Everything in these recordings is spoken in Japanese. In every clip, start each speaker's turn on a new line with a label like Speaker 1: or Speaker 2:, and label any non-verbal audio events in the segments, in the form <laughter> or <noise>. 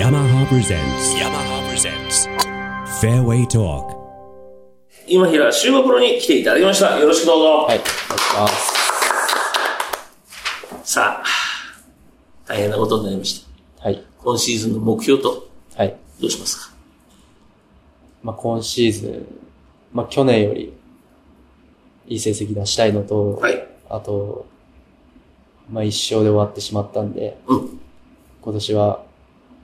Speaker 1: yamaha presents yamaha presents fairway talk
Speaker 2: 今平修和プロに来ていただきました。よろしくどうぞ。
Speaker 3: はい、お願いします。
Speaker 2: さあ、大変なことになりました。
Speaker 3: はい、
Speaker 2: 今シーズンの目標と、
Speaker 3: はい。
Speaker 2: どうしますか
Speaker 3: まあ、今シーズン、まあ、去年より、いい成績出したいのと、
Speaker 2: はい。
Speaker 3: あと、まあ、一勝で終わってしまったんで、
Speaker 2: うん。
Speaker 3: 今年は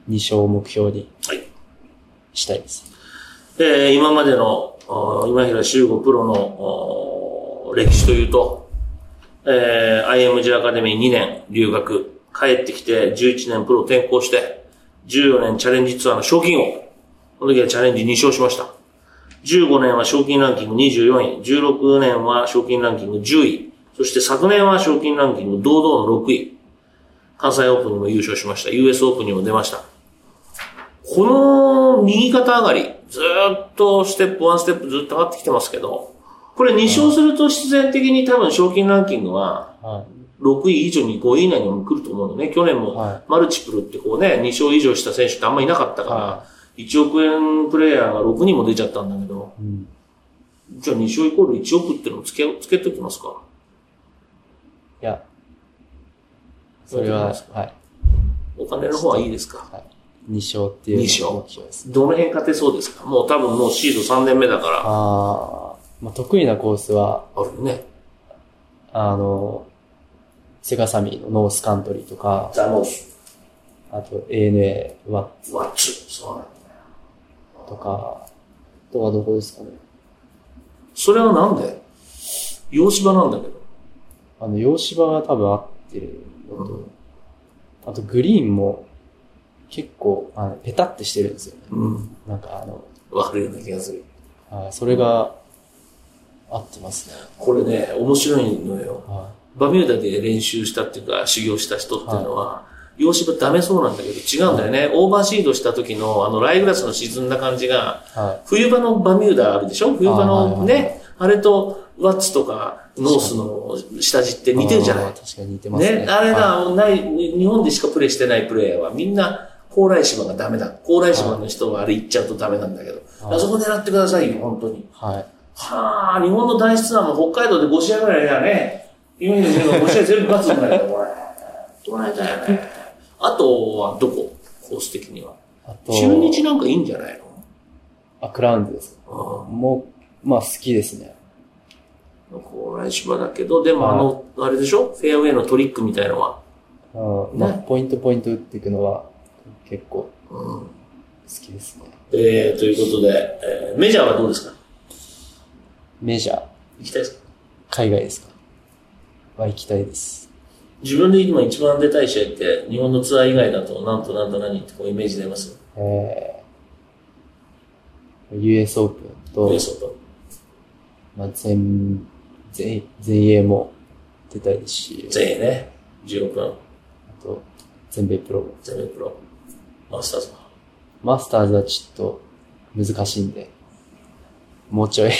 Speaker 3: 二勝を目標に
Speaker 2: はい。
Speaker 3: したいです。
Speaker 2: えー今までの、あー今平修吾プロのおー歴史というと、えー IMG アカデミー2年留学、帰ってきて11年プロ転向して、14年チャレンジツアーの賞金王。この時はチャレンジ2勝しました。15年は賞金ランキング24位、16年は賞金ランキング10位、そして昨年は賞金ランキング堂々の6位。関西オープンにも優勝しました。US オープンにも出ました。この右肩上がり、ずーっとステップ、ワンステップずっと上がってきてますけど、これ2勝すると必然的に多分賞金ランキングは
Speaker 3: は
Speaker 2: 6位以上に5位以内にも来ると思うんだよね。去年
Speaker 3: は
Speaker 2: も
Speaker 3: い
Speaker 2: マルチプルってこうね、2勝以上した選手ってあんまいなかったから
Speaker 3: は、
Speaker 2: 1億円プレイヤーが6人も出ちゃったんだけど、
Speaker 3: い。うん。
Speaker 2: じゃあ2勝イコール1億ってのもつけ、つけときますか。
Speaker 3: いや、それは、はい。
Speaker 2: お金の方はいいですか
Speaker 3: はい、二勝っていう
Speaker 2: 二勝
Speaker 3: のが目標ですね。
Speaker 2: どの辺勝てそうですかもう多分もうシード3年目だから、
Speaker 3: あーまあ、得意なコースは、
Speaker 2: あるよね。
Speaker 3: あの、セガサミーのノースカントリーとか、
Speaker 2: ザ・ノース、
Speaker 3: あと ANA ワッ
Speaker 2: ワッツ、そうなんだ
Speaker 3: トとか、あとはどこですかね。
Speaker 2: それはなんで洋芝なんだけど。
Speaker 3: あの、洋芝が多分合ってるのと、あとグリーンも結構、あの、ペタってしてるんですよね。
Speaker 2: うん。
Speaker 3: なんかあの、
Speaker 2: わかるような気がする。
Speaker 3: あそれが合ってますね。
Speaker 2: これね、面白いのよ。
Speaker 3: は
Speaker 2: バミューダで練習したっていうか、修行した人っていうのは、洋芝ダメそうなんだけど違うんだよね。オーバーシードした時のあのライグラスの沈んだ感じが
Speaker 3: い。、は
Speaker 2: 冬場のバミューダあるでしょ冬場
Speaker 3: あー
Speaker 2: の
Speaker 3: はいはいはい
Speaker 2: ね、あれとワッツとかノースの下地って
Speaker 3: い。
Speaker 2: 似てるじゃない
Speaker 3: あー確かに似てます
Speaker 2: ね、
Speaker 3: ね。
Speaker 2: あれ
Speaker 3: は
Speaker 2: がない、日本でしかプレイしてないプレイヤーはみんな、高麗島がダメだ。高麗島の人はあれ行っちゃうとダメなんだけど、
Speaker 3: はい
Speaker 2: あそこ狙ってくださいよ、本当に。
Speaker 3: い。はい。
Speaker 2: はあ、日本の大質なも北海道で5試合ぐらいやね。今の人が5試合全部勝つんだけど、これ。どないだよね。あとはどこコース的には。
Speaker 3: あと、
Speaker 2: 中日なんかいいんじゃない
Speaker 3: あ、クラウンズです。
Speaker 2: の
Speaker 3: もう、まあ好きですね。
Speaker 2: うん。高麗島だけど、でもあの、あれでしょフェアウェイのトリックみたいのは。
Speaker 3: うんまあ、ポイントポイント打っていくのは結構好
Speaker 2: うん。
Speaker 3: きですね。
Speaker 2: えー、ということで、えーメジャーはどうですか
Speaker 3: メジャー、
Speaker 2: 行きたいですか
Speaker 3: 海外ですかは行きたいです。
Speaker 2: 自分で今一番出たい試合って、日本のツアー以外だと、なんとなんと何ってこうイメージ出ます
Speaker 3: えー、US オープン
Speaker 2: ベ
Speaker 3: と
Speaker 2: ー、スと。
Speaker 3: まあ、全、全、全英も出たいですし、
Speaker 2: 全英ね。16分、
Speaker 3: あと、全米プロも。
Speaker 2: 全米プロ、マスターズも。
Speaker 3: マスターズはちょっと難しいんで、もう
Speaker 2: <laughs>
Speaker 3: ちょい。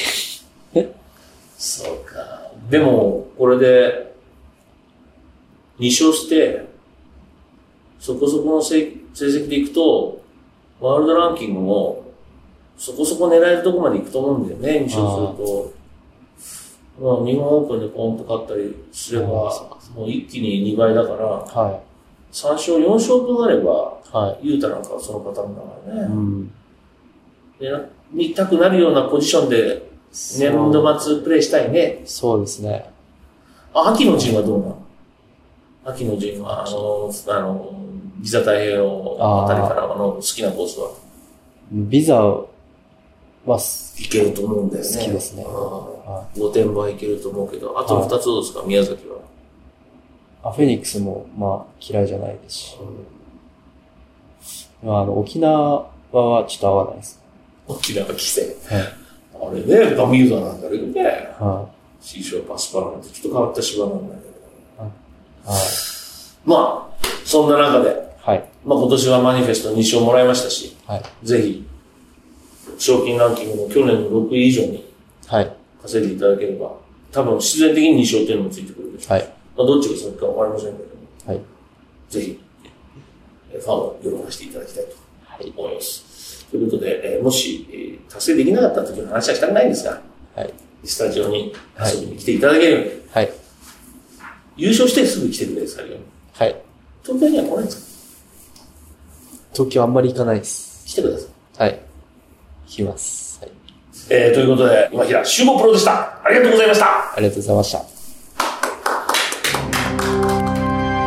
Speaker 2: そうか。でも、これで、2勝して、そこそこの成成績でいくと、ワールドランキングも、そこそこ狙えるとこまでいくと思うんだよね、2勝すると。まあ、日本オープンでポンと勝ったりすれば、
Speaker 3: あーそ
Speaker 2: もう一気に2倍だから、
Speaker 3: は
Speaker 2: 3勝、4勝となれば、
Speaker 3: い。は
Speaker 2: ユータなんかはそのパターンだから
Speaker 3: い。う
Speaker 2: ね。
Speaker 3: ん。
Speaker 2: 狙見たくなるようなポジションで、年度末プレイしたいね。
Speaker 3: そうですね。
Speaker 2: あ、秋の陣はどうなの秋の陣は、あの、あの、ビザ太平洋あたりからあの好きなコースは
Speaker 3: ビザは、す
Speaker 2: 行けると思うんだよね。
Speaker 3: 好きですねは
Speaker 2: 5点は行けると思うけど、あと
Speaker 3: はい
Speaker 2: 2つどうですか、宮崎は。
Speaker 3: あ、フェニックスも、まあ、嫌いじゃないですし。まあ、あの、沖縄はちょっと合わないです。
Speaker 2: 沖縄来て。
Speaker 3: はい。
Speaker 2: あれね、バミューダなんだけどね。
Speaker 3: は
Speaker 2: 新種はパスパラなんてちょっと変わった芝なんだけど。
Speaker 3: い。はい
Speaker 2: まあ、そんな中で、
Speaker 3: はい。
Speaker 2: まあ今年はマニフェスト2勝もらいましたし、
Speaker 3: はい。
Speaker 2: ぜひ、賞金ランキングも去年の6位以上に
Speaker 3: はい。
Speaker 2: 稼いでいただければ、多分必然的に2勝点もついてくるでしょう。
Speaker 3: はい。
Speaker 2: まあ、どっちが先か分かりませんけれども、
Speaker 3: はい。
Speaker 2: ぜひ、えーファンを喜ばせていただきたいと思います。ということで、えーもし、えー達成できなかった時の話はしたくないんですが、
Speaker 3: はい。
Speaker 2: スタジオに遊びに来ていただけるように、
Speaker 3: はい。
Speaker 2: 優勝してすぐ来てくれるスタジオに。
Speaker 3: はい。
Speaker 2: 東京には来ないんですか
Speaker 3: 東京あんまり行かないです。
Speaker 2: 来てください。
Speaker 3: はい。行きます。はい。
Speaker 2: えーということで、今平、集合プロでした。ありがとうございました。
Speaker 3: ありがとうございました。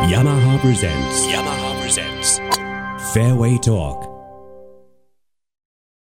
Speaker 1: Yamaha presents. Yamaha presents. Fairway Talk.